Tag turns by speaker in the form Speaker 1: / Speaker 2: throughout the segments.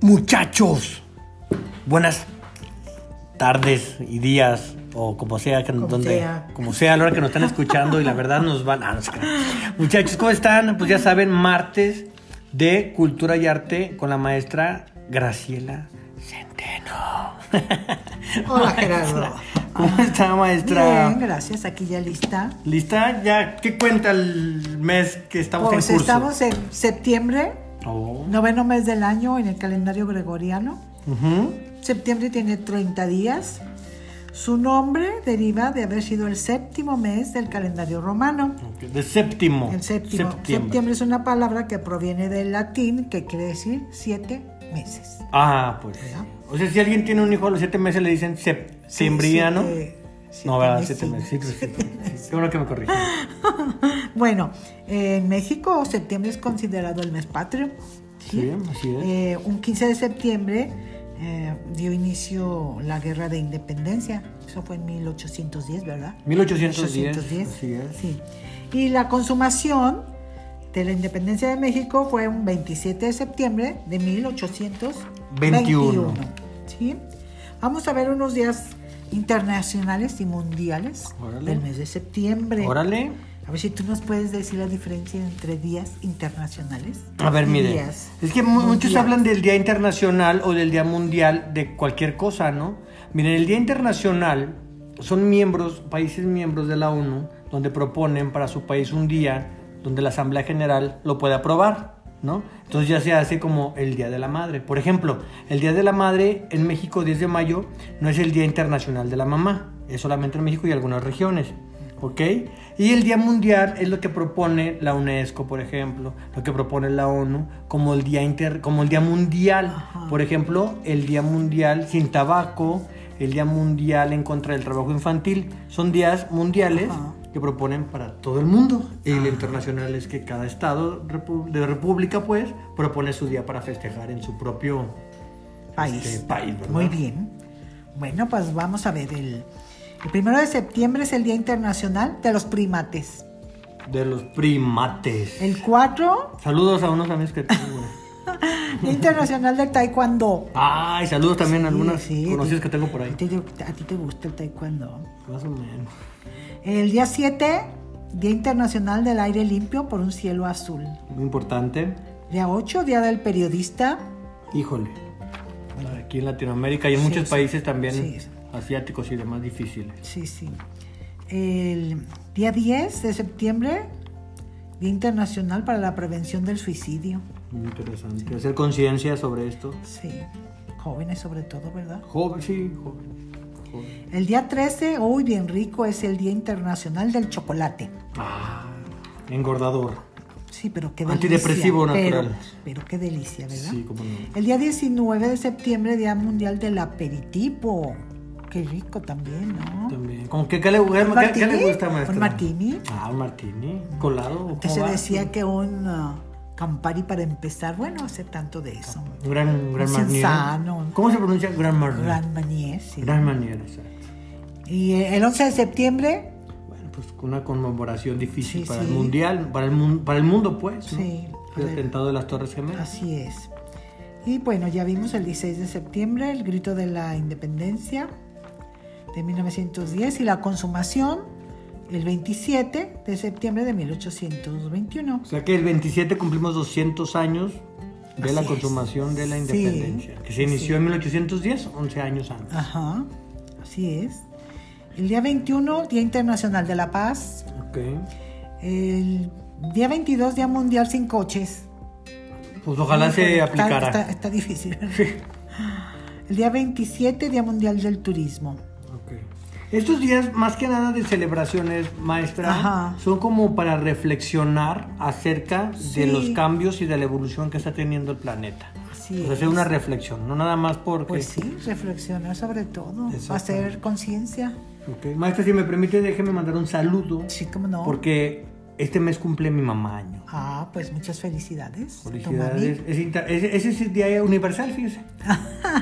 Speaker 1: Muchachos, buenas tardes y días, o como sea, que- donde,
Speaker 2: sea.
Speaker 1: como sea, a la hora que nos están escuchando y la verdad nos van a... Muchachos, ¿cómo están? Pues ya saben, martes de Cultura y Arte con la maestra Graciela Centeno.
Speaker 2: Hola, Gerardo.
Speaker 1: ¿Cómo está, maestra?
Speaker 2: Bien, gracias. Aquí ya lista.
Speaker 1: ¿Lista? ¿Ya qué cuenta el mes que estamos
Speaker 2: Pues
Speaker 1: en curso?
Speaker 2: estamos en septiembre,
Speaker 1: Oh.
Speaker 2: noveno mes del año en el calendario gregoriano.
Speaker 1: Ujú.
Speaker 2: Septiembre tiene 30 días. Su nombre deriva de haber sido el séptimo mes del calendario romano.
Speaker 1: Ok, De séptimo.
Speaker 2: El séptimo. Septiembre es una palabra que proviene del latín que quiere decir siete meses.
Speaker 1: Ah, pues.
Speaker 2: ¿Verdad?
Speaker 1: O sea, si alguien tiene un hijo a los siete meses le dicen septembriano.
Speaker 2: Siete- siete
Speaker 1: no, ¿verdad?
Speaker 2: meses.
Speaker 1: Siete meses. Sí, creo que siete meses. Qué bueno que me corrigí.
Speaker 2: Bueno, en México septiembre es considerado el mes patrio.
Speaker 1: Sí, así es.
Speaker 2: Eh, un 15 de septiembre eh, dio inicio la guerra de independencia. Eso fue en 1810, ¿verdad?
Speaker 1: 1810. Así es.
Speaker 2: Sí. Y la consumación de la independencia de México fue un 27 de septiembre de 1821.
Speaker 1: 21.
Speaker 2: ¿sí? Vamos a ver unos días internacionales y mundiales
Speaker 1: Órale.
Speaker 2: del mes de septiembre.
Speaker 1: Órale.
Speaker 2: A ver si tú nos puedes decir la diferencia entre días internacionales.
Speaker 1: A ver,
Speaker 2: y
Speaker 1: mire.
Speaker 2: días
Speaker 1: Es que mu- muchos
Speaker 2: mundiales.
Speaker 1: hablan del Día Internacional o del Día Mundial de cualquier cosa, ¿no? Miren, el Día Internacional son miembros, países miembros de la ONU, donde proponen para su país un día donde la Asamblea General lo puede aprobar, ¿no? Entonces ya se hace como el Día de la Madre. Por ejemplo, el Día de la Madre en México 10 de mayo no es el Día Internacional de la Mamá, es solamente en México y algunas regiones. ¿Ok? Y el Día Mundial es lo que propone la UNESCO, por ejemplo, lo que propone la ONU como el Día, inter, como el día Mundial. Por ejemplo, el Día Mundial sin tabaco, el Día Mundial en contra del trabajo infantil. Son días mundiales
Speaker 2: Ajá.
Speaker 1: que proponen para todo el mundo. Y lo internacional es que cada estado repu- de república, pues, propone su día para festejar en su propio
Speaker 2: País.
Speaker 1: este, país, ¿verdad?
Speaker 2: Muy bien. Bueno, pues vamos a ver. El, el primero de septiembre es el Día Internacional de los Primates.
Speaker 1: De los primates.
Speaker 2: El 4,
Speaker 1: Saludos a unos amigos que tengo. güey.
Speaker 2: Día Internacional del Taekwondo.
Speaker 1: Ay, saludos también a algunas
Speaker 2: Sí, sí,
Speaker 1: conocidas
Speaker 2: te-
Speaker 1: que tengo por ahí.
Speaker 2: A ti, te- a ti te gusta el Taekwondo.
Speaker 1: Más o menos.
Speaker 2: El día 7, Día Internacional del Aire Limpio por un Cielo Azul.
Speaker 1: Muy importante.
Speaker 2: Día 8, Día del Periodista.
Speaker 1: Híjole. Aquí en Latinoamérica y en muchos
Speaker 2: sí.
Speaker 1: países también
Speaker 2: Sí.
Speaker 1: asiáticos y demás difíciles.
Speaker 2: Sí, sí. El día 10 de septiembre, Día Internacional para la Prevención del Suicidio.
Speaker 1: Muy interesante. Hacer conciencia sobre esto.
Speaker 2: Sí, jóvenes sobre todo, ¿verdad?
Speaker 1: Joven, sí, joven. joven.
Speaker 2: El día 13, hoy bien rico, es el Día Internacional del Chocolate.
Speaker 1: Ah, engordador.
Speaker 2: Sí, pero qué delicia.
Speaker 1: Antidepresivo
Speaker 2: pero-
Speaker 1: natural.
Speaker 2: Pero qué delicia, ¿verdad?
Speaker 1: Sí, como no.
Speaker 2: El día 19 de septiembre, Día Mundial del Aperitivo. Qué rico también, ¿no?
Speaker 1: También. ¿Con qué, qué le, qué- qué- qué le gusta, maestra? Oh,
Speaker 2: Un martini.
Speaker 1: Ah, un martini. Colado. ¿cómo
Speaker 2: Antes se
Speaker 1: va?
Speaker 2: decía que un ah, Campari para empezar, bueno, hace tanto de eso.
Speaker 1: Un gran, un gran
Speaker 2: un
Speaker 1: marnier.
Speaker 2: Cinzano.
Speaker 1: ¿Cómo se pronuncia? Gran marnier.
Speaker 2: Gran Manier, sí.
Speaker 1: Gran marnier, exacto.
Speaker 2: Y eh, el 11 de septiembre,
Speaker 1: Bueno, pues una conmemoración difícil
Speaker 2: Sí,
Speaker 1: para
Speaker 2: sí.
Speaker 1: el mundial, para el, mun- para el mundo, pues. ¿no?
Speaker 2: Sí, a
Speaker 1: El
Speaker 2: ver.
Speaker 1: atentado de las Torres Gemelas.
Speaker 2: así es. Y bueno, ya vimos el 16 de septiembre, el grito de la independencia de 1910 y la consumación el 27 de septiembre de 1821.
Speaker 1: O sea que el 27 cumplimos 200 años de la
Speaker 2: Así es.
Speaker 1: consumación de la
Speaker 2: Sí,
Speaker 1: independencia, que se inició en 1810, 11 años antes.
Speaker 2: Ajá, así es. El día 21, Día Internacional de la Paz.
Speaker 1: Ok.
Speaker 2: El día 22, Día Mundial sin coches.
Speaker 1: Pues ojalá se
Speaker 2: Está-
Speaker 1: aplicara.
Speaker 2: Está, está difícil. El día 27, Día Mundial del Turismo.
Speaker 1: Ok. Estos días, más que nada de celebraciones, maestra,
Speaker 2: Ajá.
Speaker 1: son como para reflexionar acerca
Speaker 2: Sí.
Speaker 1: de los cambios y de la evolución que está teniendo el planeta.
Speaker 2: Así
Speaker 1: Pues hacer
Speaker 2: es.
Speaker 1: una reflexión, no nada más porque...
Speaker 2: Pues sí, reflexionar sobre todo,
Speaker 1: Exactamente.
Speaker 2: hacer conciencia.
Speaker 1: Ok. Maestra, si me permite, déjeme mandar un saludo.
Speaker 2: Sí, cómo no.
Speaker 1: Porque este mes cumple mi mamá año.
Speaker 2: Ah, pues muchas felicidades. tu mami.
Speaker 1: Felicidades. Es inter- Ese ese es el día universal, fíjese.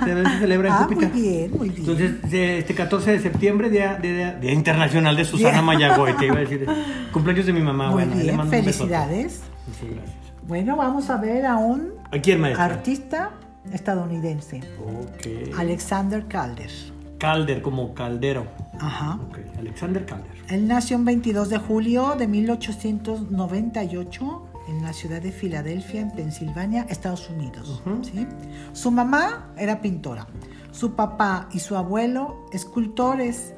Speaker 1: Se se celebra en
Speaker 2: Ah, muy
Speaker 1: Júpiter.
Speaker 2: bien, muy bien.
Speaker 1: Entonces, de- este 14 de septiembre, día, día- día internacional de Susana Mayagoy, te iba a decir. Cumpleaños de mi mamá,
Speaker 2: muy
Speaker 1: Ah, bueno, ahí le
Speaker 2: bien,
Speaker 1: mando un besote.
Speaker 2: felicidades.
Speaker 1: Muchas gracias.
Speaker 2: Bueno, vamos a ver a un
Speaker 1: ¿A quién, maestra?
Speaker 2: artista estadounidense,
Speaker 1: Este. Ok.
Speaker 2: Alexander Calder.
Speaker 1: Calder, como caldero.
Speaker 2: Ajá.
Speaker 1: Ok, Alexander Calder.
Speaker 2: Él nació el 22 de julio de 1898 en la ciudad de Filadelfia, en Pensilvania, Estados Unidos. ¿sí? Su mamá era pintora, su papá y su abuelo escultores,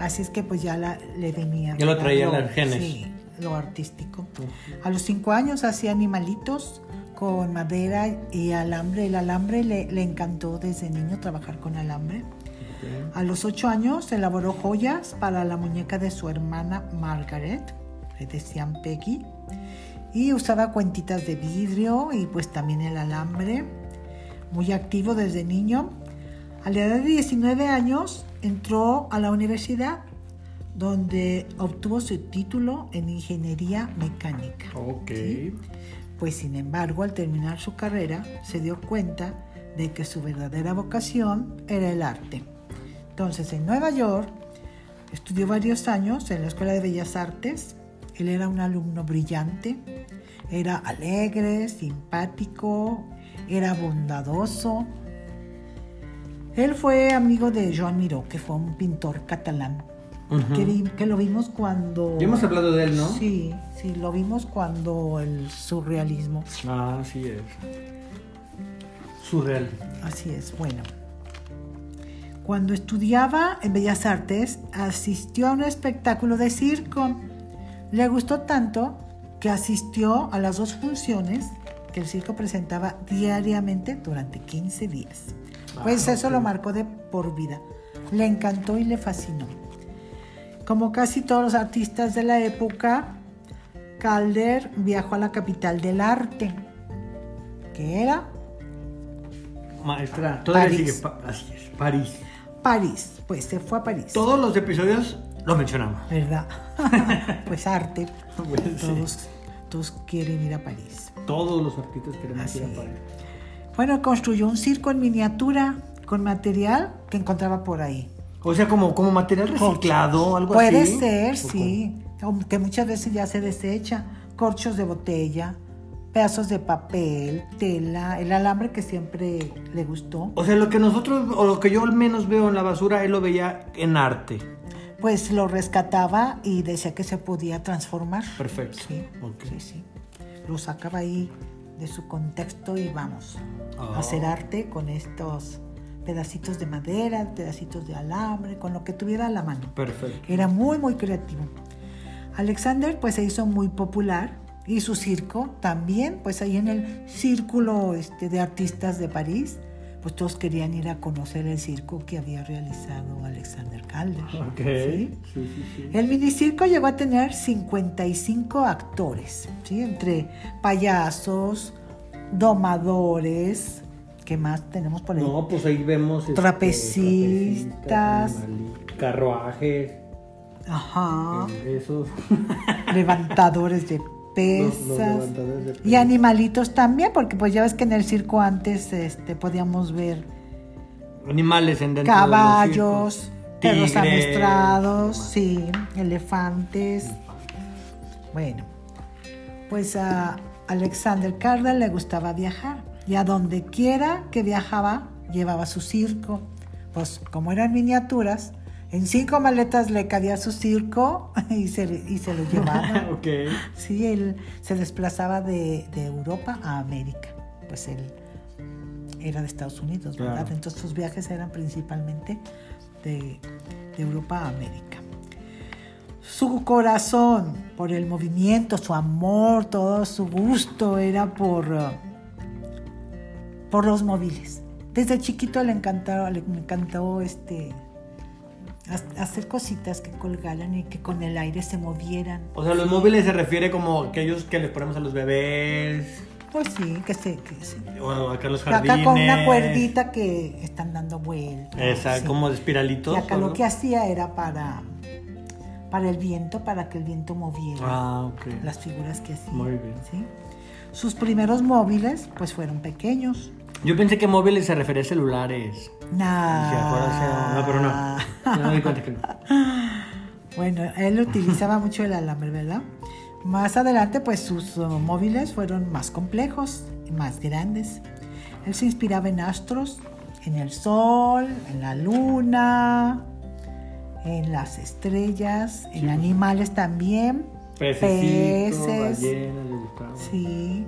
Speaker 2: así es que pues ya la- le venía.
Speaker 1: Ya lo traían
Speaker 2: lo-
Speaker 1: los genes.
Speaker 2: Sí, lo artístico. A los cinco años hacía animalitos con madera y alambre. El alambre le, le encantó desde niño trabajar con alambre. A los ocho años elaboró joyas para la muñeca de su hermana Margaret, le decían Peggy, y usaba cuentitas de vidrio y pues también el alambre. Muy activo desde niño. A la edad de 19 años entró a la universidad donde obtuvo su título en ingeniería mecánica.
Speaker 1: Ok.
Speaker 2: Pues sin embargo, al terminar su carrera, se dio cuenta de que su verdadera vocación era el arte. Entonces, en Nueva York, estudió varios años en la Escuela de Bellas Artes. Él era un alumno brillante, era alegre, simpático, era bondadoso. Él fue amigo de Joan Miró, que fue un pintor catalán,
Speaker 1: Ujú.
Speaker 2: que, vi- que lo vimos cuando...
Speaker 1: Ya hemos hablado de él, ¿no?
Speaker 2: Sí, sí, lo vimos cuando el surrealismo.
Speaker 1: Ah, así es. Surreal.
Speaker 2: Así es, bueno. Cuando estudiaba en Bellas Artes, asistió a un espectáculo de circo. Le gustó tanto que asistió a las dos funciones que el circo presentaba diariamente durante 15 días. Pues
Speaker 1: Ah,
Speaker 2: eso
Speaker 1: ok.
Speaker 2: lo marcó de por vida. Le encantó y le fascinó. Como casi todos los artistas de la época, Calder viajó a la capital del arte, que era
Speaker 1: Maestra, todavía
Speaker 2: París.
Speaker 1: sigue. Pa- así es, París.
Speaker 2: París, pues se fue a París.
Speaker 1: Todos los episodios lo mencionamos.
Speaker 2: ¿Verdad? pues arte.
Speaker 1: Pues, sí.
Speaker 2: Todos, todos quieren ir a París.
Speaker 1: Todos los artistas queremos
Speaker 2: Así
Speaker 1: ir a
Speaker 2: es.
Speaker 1: París.
Speaker 2: Bueno, construyó un circo en miniatura con material que encontraba por ahí.
Speaker 1: O sea, como, como material reciclado, algo
Speaker 2: Puede
Speaker 1: así.
Speaker 2: ser,
Speaker 1: ¿O
Speaker 2: sí. Aunque muchas veces ya se desecha. Corchos de botella, pedazos de papel, tela, el alambre que siempre le gustó.
Speaker 1: O sea, lo que nosotros, o lo que yo al menos veo en la basura, él lo veía en arte.
Speaker 2: Pues lo rescataba y decía que se podía transformar.
Speaker 1: Perfecto.
Speaker 2: Sí,
Speaker 1: Ok.
Speaker 2: sí, sí. Lo sacaba ahí de su contexto y vamos
Speaker 1: Ah.
Speaker 2: a hacer arte con estos pedacitos de madera, pedacitos de alambre, con lo que tuviera a la mano.
Speaker 1: Perfecto.
Speaker 2: Era muy, muy creativo. Alexander pues se hizo muy popular y su circo también, pues ahí en el círculo este, de artistas de París, pues todos querían ir a conocer el circo que había realizado Alexander Calder.
Speaker 1: Ok.
Speaker 2: ¿sí?
Speaker 1: Sí, sí, sí.
Speaker 2: El minicirco llegó a tener 55 actores, ¿sí? entre payasos, domadores, ¿qué más tenemos por ahí?
Speaker 1: No, pues ahí vemos. este,
Speaker 2: Trapecistas.
Speaker 1: trapecistas, animali- carruajes.
Speaker 2: Ajá,
Speaker 1: Esos.
Speaker 2: levantadores de pesas
Speaker 1: Los- los levantadores de pesas.
Speaker 2: y animalitos también, porque pues ya ves que en el circo antes este, podíamos ver
Speaker 1: Animales en dentro de los
Speaker 2: caballos,
Speaker 1: circos,
Speaker 2: perros
Speaker 1: tigres,
Speaker 2: amestrados,
Speaker 1: demás.
Speaker 2: sí, elefantes. Bueno, pues a Alexander Carda le gustaba viajar y a donde quiera que viajaba llevaba su circo. Pues como eran miniaturas, en cinco maletas le cabía su circo y se, y se lo llevaba.
Speaker 1: Ah, ok.
Speaker 2: Sí, él se desplazaba de, de Europa a América. Pues él era de Estados Unidos, ¿verdad?
Speaker 1: Claro.
Speaker 2: Entonces sus viajes eran principalmente de, de Europa a América. Su corazón por el movimiento, su amor, todo su gusto era por, eh, por los móviles. Desde chiquito le encantó, le encantó este, ha- hacer cositas que colgaran y que con el aire se movieran.
Speaker 1: O sea, los móviles se refiere como aquellos que les ponemos a los bebés.
Speaker 2: Pues sí, que se, que se-
Speaker 1: O acá en los jardines.
Speaker 2: Acá con una cuerdita que están dando vueltas.
Speaker 1: Esa,
Speaker 2: sí.
Speaker 1: como de
Speaker 2: Y
Speaker 1: espiralitos.
Speaker 2: acá
Speaker 1: ¿o
Speaker 2: lo
Speaker 1: no?
Speaker 2: que hacía era para, para el viento, para que el viento moviera
Speaker 1: Ah, ok.
Speaker 2: las figuras que hacía.
Speaker 1: Muy bien.
Speaker 2: ¿sí? Sus primeros móviles, pues fueron pequeños.
Speaker 1: Yo pensé que móviles se refería a celulares.
Speaker 2: Nah.
Speaker 1: Dije, ahora
Speaker 2: Ah.
Speaker 1: sea- No, pero no. Ya me di cuenta que no.
Speaker 2: Bueno, él utilizaba mucho el alambre, ¿verdad? Más adelante, pues sus uh, móviles fueron más complejos y más grandes. Él se inspiraba en astros, en el sol, en la luna, en las estrellas, en
Speaker 1: Sí.
Speaker 2: animales también.
Speaker 1: Pececito,
Speaker 2: Peces.
Speaker 1: ballena, le gustaba.
Speaker 2: Sí,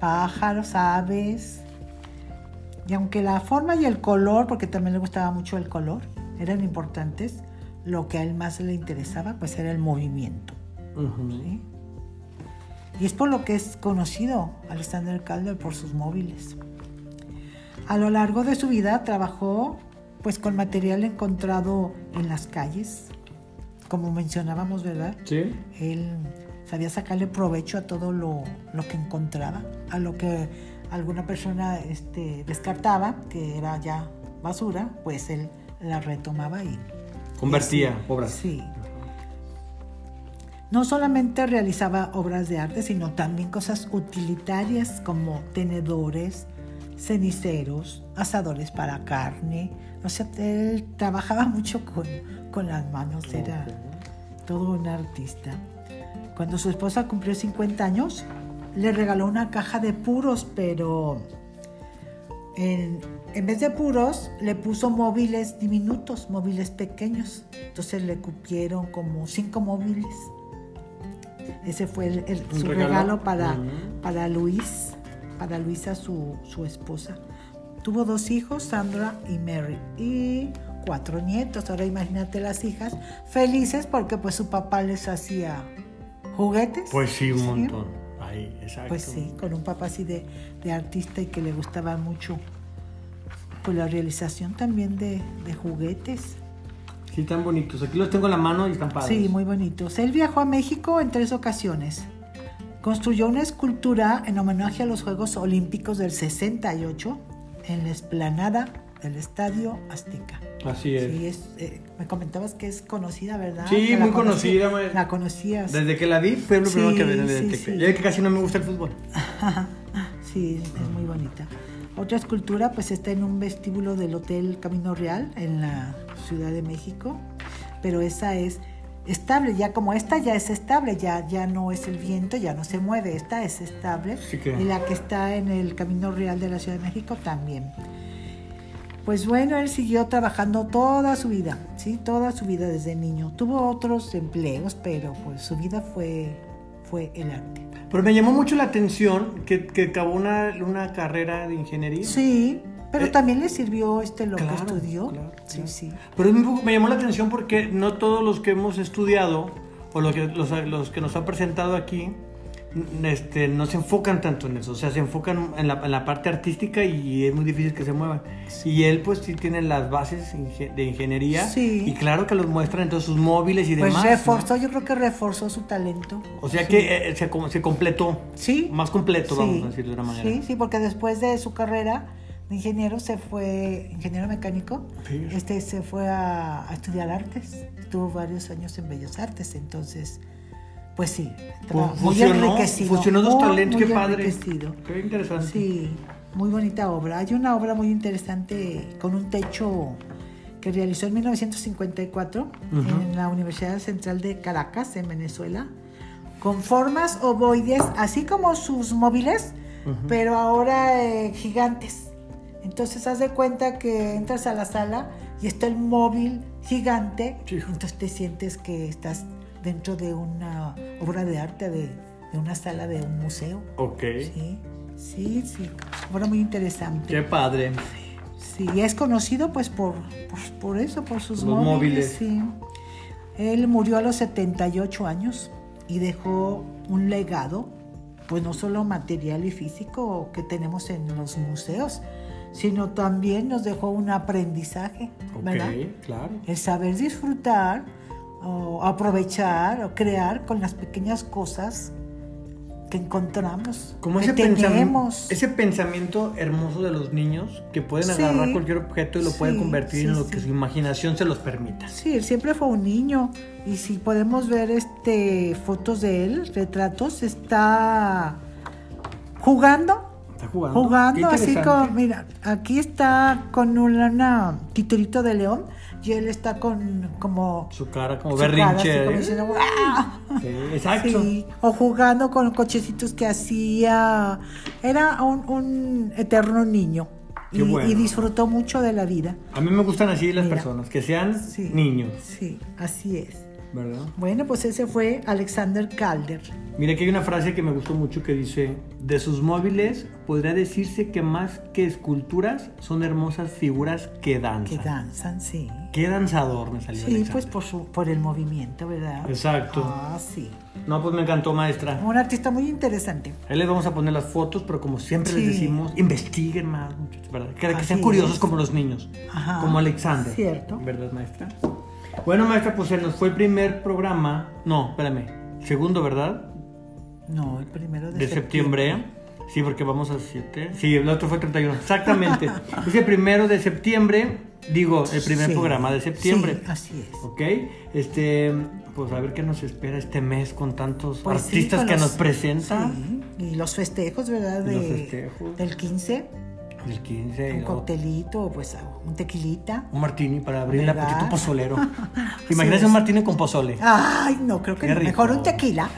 Speaker 2: pájaros, aves. Y aunque la forma y el color, porque también le gustaba mucho el color, eran importantes, lo que a él más le interesaba pues era el movimiento.
Speaker 1: Ujú.
Speaker 2: ¿sí? Y es por lo que es conocido Alexander Calder por sus móviles. A lo largo de su vida trabajó pues con material encontrado en las calles, como mencionábamos, ¿verdad?
Speaker 1: Sí.
Speaker 2: Él sabía sacarle provecho a todo lo, lo que encontraba, a lo que alguna persona este, descartaba, que era ya basura, pues él la retomaba y...
Speaker 1: Convertía obras.
Speaker 2: Sí. No solamente realizaba obras de arte, sino también cosas utilitarias como tenedores, ceniceros, asadores para carne. O sea, él trabajaba mucho con, con las manos, era todo un artista. Cuando su esposa cumplió 50 años, le regaló una caja de puros, pero en, en vez de puros, le puso móviles diminutos, móviles pequeños. Entonces le cupieron como cinco móviles. Ese fue el, el-
Speaker 1: Un
Speaker 2: su
Speaker 1: regalo.
Speaker 2: regalo, para,
Speaker 1: Ujú.
Speaker 2: para Luis, para Luisa, su, su esposa. Tuvo dos hijos, Sandra y Mary, y cuatro nietos. Ahora imagínate las hijas felices porque pues su papá les hacía juguetes.
Speaker 1: Pues sí, un montón. Ahí, exacto.
Speaker 2: Pues sí, con un papá así de, de artista y que le gustaba mucho pues la realización también de, de juguetes.
Speaker 1: Sí, están bonitos. Aquí los tengo en la mano y están padres.
Speaker 2: Sí, muy bonitos. Él viajó a México en tres ocasiones. Construyó una escultura en homenaje a los Juegos Olímpicos del 68 en la esplanada del Estadio Azteca.
Speaker 1: Así es.
Speaker 2: Sí, es, eh, me comentabas que es conocida, ¿verdad?
Speaker 1: Sí,
Speaker 2: Que la
Speaker 1: muy
Speaker 2: conocí-
Speaker 1: conocida, güey.
Speaker 2: La conocías.
Speaker 1: Desde que la vi fue lo primero
Speaker 2: Sí,
Speaker 1: que vi en el
Speaker 2: sí,
Speaker 1: detective.
Speaker 2: sí.
Speaker 1: Ya ve que casi no me gusta el fútbol.
Speaker 2: Sí, es muy bonita. Otra escultura pues está en un vestíbulo del Hotel Camino Real en la Ciudad de México, pero esa es estable, ya como esta ya es estable, ya, ya no es el viento, ya no se mueve, esta es estable.
Speaker 1: Sí que-
Speaker 2: Y la que está en el Camino Real de la Ciudad de México también. Pues bueno, él siguió trabajando toda su vida, sí, toda su vida desde niño. Tuvo otros empleos, pero pues su vida fue, fue el arte.
Speaker 1: Pero me llamó mucho la atención que, que acabó una, una carrera de ingeniería.
Speaker 2: Sí, pero
Speaker 1: Eh,
Speaker 2: también le sirvió este lo
Speaker 1: claro,
Speaker 2: que estudió.
Speaker 1: claro,
Speaker 2: sí,
Speaker 1: claro.
Speaker 2: sí.
Speaker 1: Pero es un poco- me llamó la atención porque no todos los que hemos estudiado o los que, los, los que nos ha presentado aquí n- este, no se enfocan tanto en eso. O sea, se enfocan en la, en la parte artística y es muy difícil que se muevan. Y él pues sí tiene las bases inge- de ingeniería.
Speaker 2: Sí.
Speaker 1: Y claro que los muestran entonces sus móviles y
Speaker 2: Pues
Speaker 1: demás. ¿no?
Speaker 2: reforzó, yo creo que reforzó su talento.
Speaker 1: O sea que eh, eh, se, com- se completó.
Speaker 2: Sí.
Speaker 1: Más completo, vamos
Speaker 2: Sí,
Speaker 1: a decirlo de una manera.
Speaker 2: Sí, sí, porque después de su carrera de ingeniero se fue, ingeniero mecánico,
Speaker 1: Fíjate.
Speaker 2: este se fue a, a estudiar artes. Estuvo varios años en Bellas Artes, entonces, pues sí,
Speaker 1: Pues,
Speaker 2: tra- muy
Speaker 1: fusionó,
Speaker 2: enriquecido.
Speaker 1: fusionó dos
Speaker 2: muy,
Speaker 1: talentos,
Speaker 2: muy
Speaker 1: qué padre.
Speaker 2: enriquecido.
Speaker 1: Qué interesante.
Speaker 2: Sí, muy bonita obra. Hay una obra muy interesante con un techo que realizó en 1954
Speaker 1: Ujú.
Speaker 2: en la Universidad Central de Caracas, en Venezuela, con formas ovoides, así como sus móviles, pero ahora eh, gigantes. Entonces haz de cuenta que entras a la sala y está el móvil gigante,
Speaker 1: Hijo.
Speaker 2: entonces te sientes que estás dentro de una obra de arte, de, de una sala de un museo.
Speaker 1: Ok.
Speaker 2: Sí, sí, sí. Obra muy interesante.
Speaker 1: Qué padre.
Speaker 2: Sí, es conocido pues por, por, por eso, por sus
Speaker 1: Los móviles.
Speaker 2: móviles. sí. Él murió a los 78 años y dejó un legado, pues no solo material y físico que tenemos en los museos, sino también nos dejó un aprendizaje,
Speaker 1: Ok,
Speaker 2: ¿verdad?
Speaker 1: claro.
Speaker 2: El saber disfrutar o aprovechar o crear con las pequeñas cosas que encontramos,
Speaker 1: Como
Speaker 2: que
Speaker 1: ese, pensam-
Speaker 2: tenemos.
Speaker 1: ese pensamiento hermoso de los niños que pueden
Speaker 2: Sí.
Speaker 1: agarrar cualquier objeto y lo pueden
Speaker 2: Sí,
Speaker 1: convertir
Speaker 2: sí,
Speaker 1: en lo
Speaker 2: sí.
Speaker 1: que su imaginación se los permita.
Speaker 2: Sí, él siempre fue un niño y si podemos ver este fotos de él, retratos, está jugando
Speaker 1: está jugando.
Speaker 2: Jugando
Speaker 1: Qué
Speaker 2: así
Speaker 1: interesante.
Speaker 2: con, mira, aquí está con una, una titurito de león y él está con como
Speaker 1: Su cara como
Speaker 2: su cara así
Speaker 1: berrinche.
Speaker 2: como
Speaker 1: ¿eh?
Speaker 2: diciendo, "Guau".
Speaker 1: Sí, exacto.
Speaker 2: Sí, o jugando con los cochecitos que hacía. Era un, un eterno niño.
Speaker 1: Qué
Speaker 2: y,
Speaker 1: bueno.
Speaker 2: y disfrutó mucho de la vida.
Speaker 1: A mí me gustan así las
Speaker 2: Mira.
Speaker 1: personas, que sean
Speaker 2: Sí.
Speaker 1: niños,
Speaker 2: Sí, así es.
Speaker 1: ¿verdad?
Speaker 2: Bueno, pues ese fue Alexander Calder.
Speaker 1: Mira que hay una frase que me gustó mucho que dice, de sus móviles podría decirse que más que esculturas son hermosas figuras que
Speaker 2: Que
Speaker 1: danzan.
Speaker 2: danzan, sí.
Speaker 1: Qué danzador me salió.
Speaker 2: Sí,
Speaker 1: Alexander.
Speaker 2: pues por, su, por el movimiento, ¿verdad?
Speaker 1: Exacto.
Speaker 2: Ah, sí.
Speaker 1: No, pues me encantó maestra.
Speaker 2: Un artista muy interesante.
Speaker 1: Ahí les vamos a poner las fotos, pero como siempre
Speaker 2: Sí.
Speaker 1: les decimos, investiguen más, muchachos, ¿verdad? Que, que
Speaker 2: Así
Speaker 1: sean curiosos
Speaker 2: es.
Speaker 1: como los niños,
Speaker 2: Ajá.
Speaker 1: como Alexander.
Speaker 2: Cierto.
Speaker 1: ¿Verdad, maestra? Bueno, maestra, pues se nos fue el primer programa. No, espérame. Segundo, ¿verdad?
Speaker 2: No, el primero de,
Speaker 1: de septiembre. ¿eh? Sí, porque vamos a 7. Sí, el otro fue 31. Exactamente. es el primero de septiembre, digo, el primer
Speaker 2: Sí.
Speaker 1: programa de septiembre.
Speaker 2: Sí, así es.
Speaker 1: Ok, este, pues a ver qué nos espera este mes con tantos
Speaker 2: Pues sí,
Speaker 1: artistas
Speaker 2: con
Speaker 1: que
Speaker 2: los-
Speaker 1: nos presenta.
Speaker 2: Sí, y los festejos, ¿verdad?
Speaker 1: Y
Speaker 2: De,
Speaker 1: los festejos.
Speaker 2: Del 15,
Speaker 1: El 15, y
Speaker 2: un
Speaker 1: luego
Speaker 2: coctelito, pues un tequilita.
Speaker 1: un martini para abrir el
Speaker 2: ¿Verdad?
Speaker 1: apetito pozolero.
Speaker 2: Así
Speaker 1: ¿Te imaginas un
Speaker 2: es.
Speaker 1: martini con pozole?
Speaker 2: Ay, no, creo que
Speaker 1: Qué
Speaker 2: no.
Speaker 1: rico.
Speaker 2: mejor un tequila.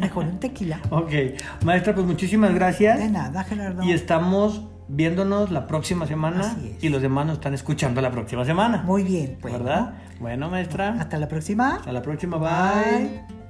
Speaker 2: Mejor un tequila.
Speaker 1: Ok, maestra, pues muchísimas gracias.
Speaker 2: De nada, Gerardo.
Speaker 1: Y estamos viéndonos la próxima semana
Speaker 2: Así es.
Speaker 1: y los demás nos están escuchando la próxima semana.
Speaker 2: Muy bien, pues.
Speaker 1: ¿Verdad? Bueno, maestra.
Speaker 2: Hasta la próxima.
Speaker 1: Hasta la próxima. Bye.
Speaker 2: Bye.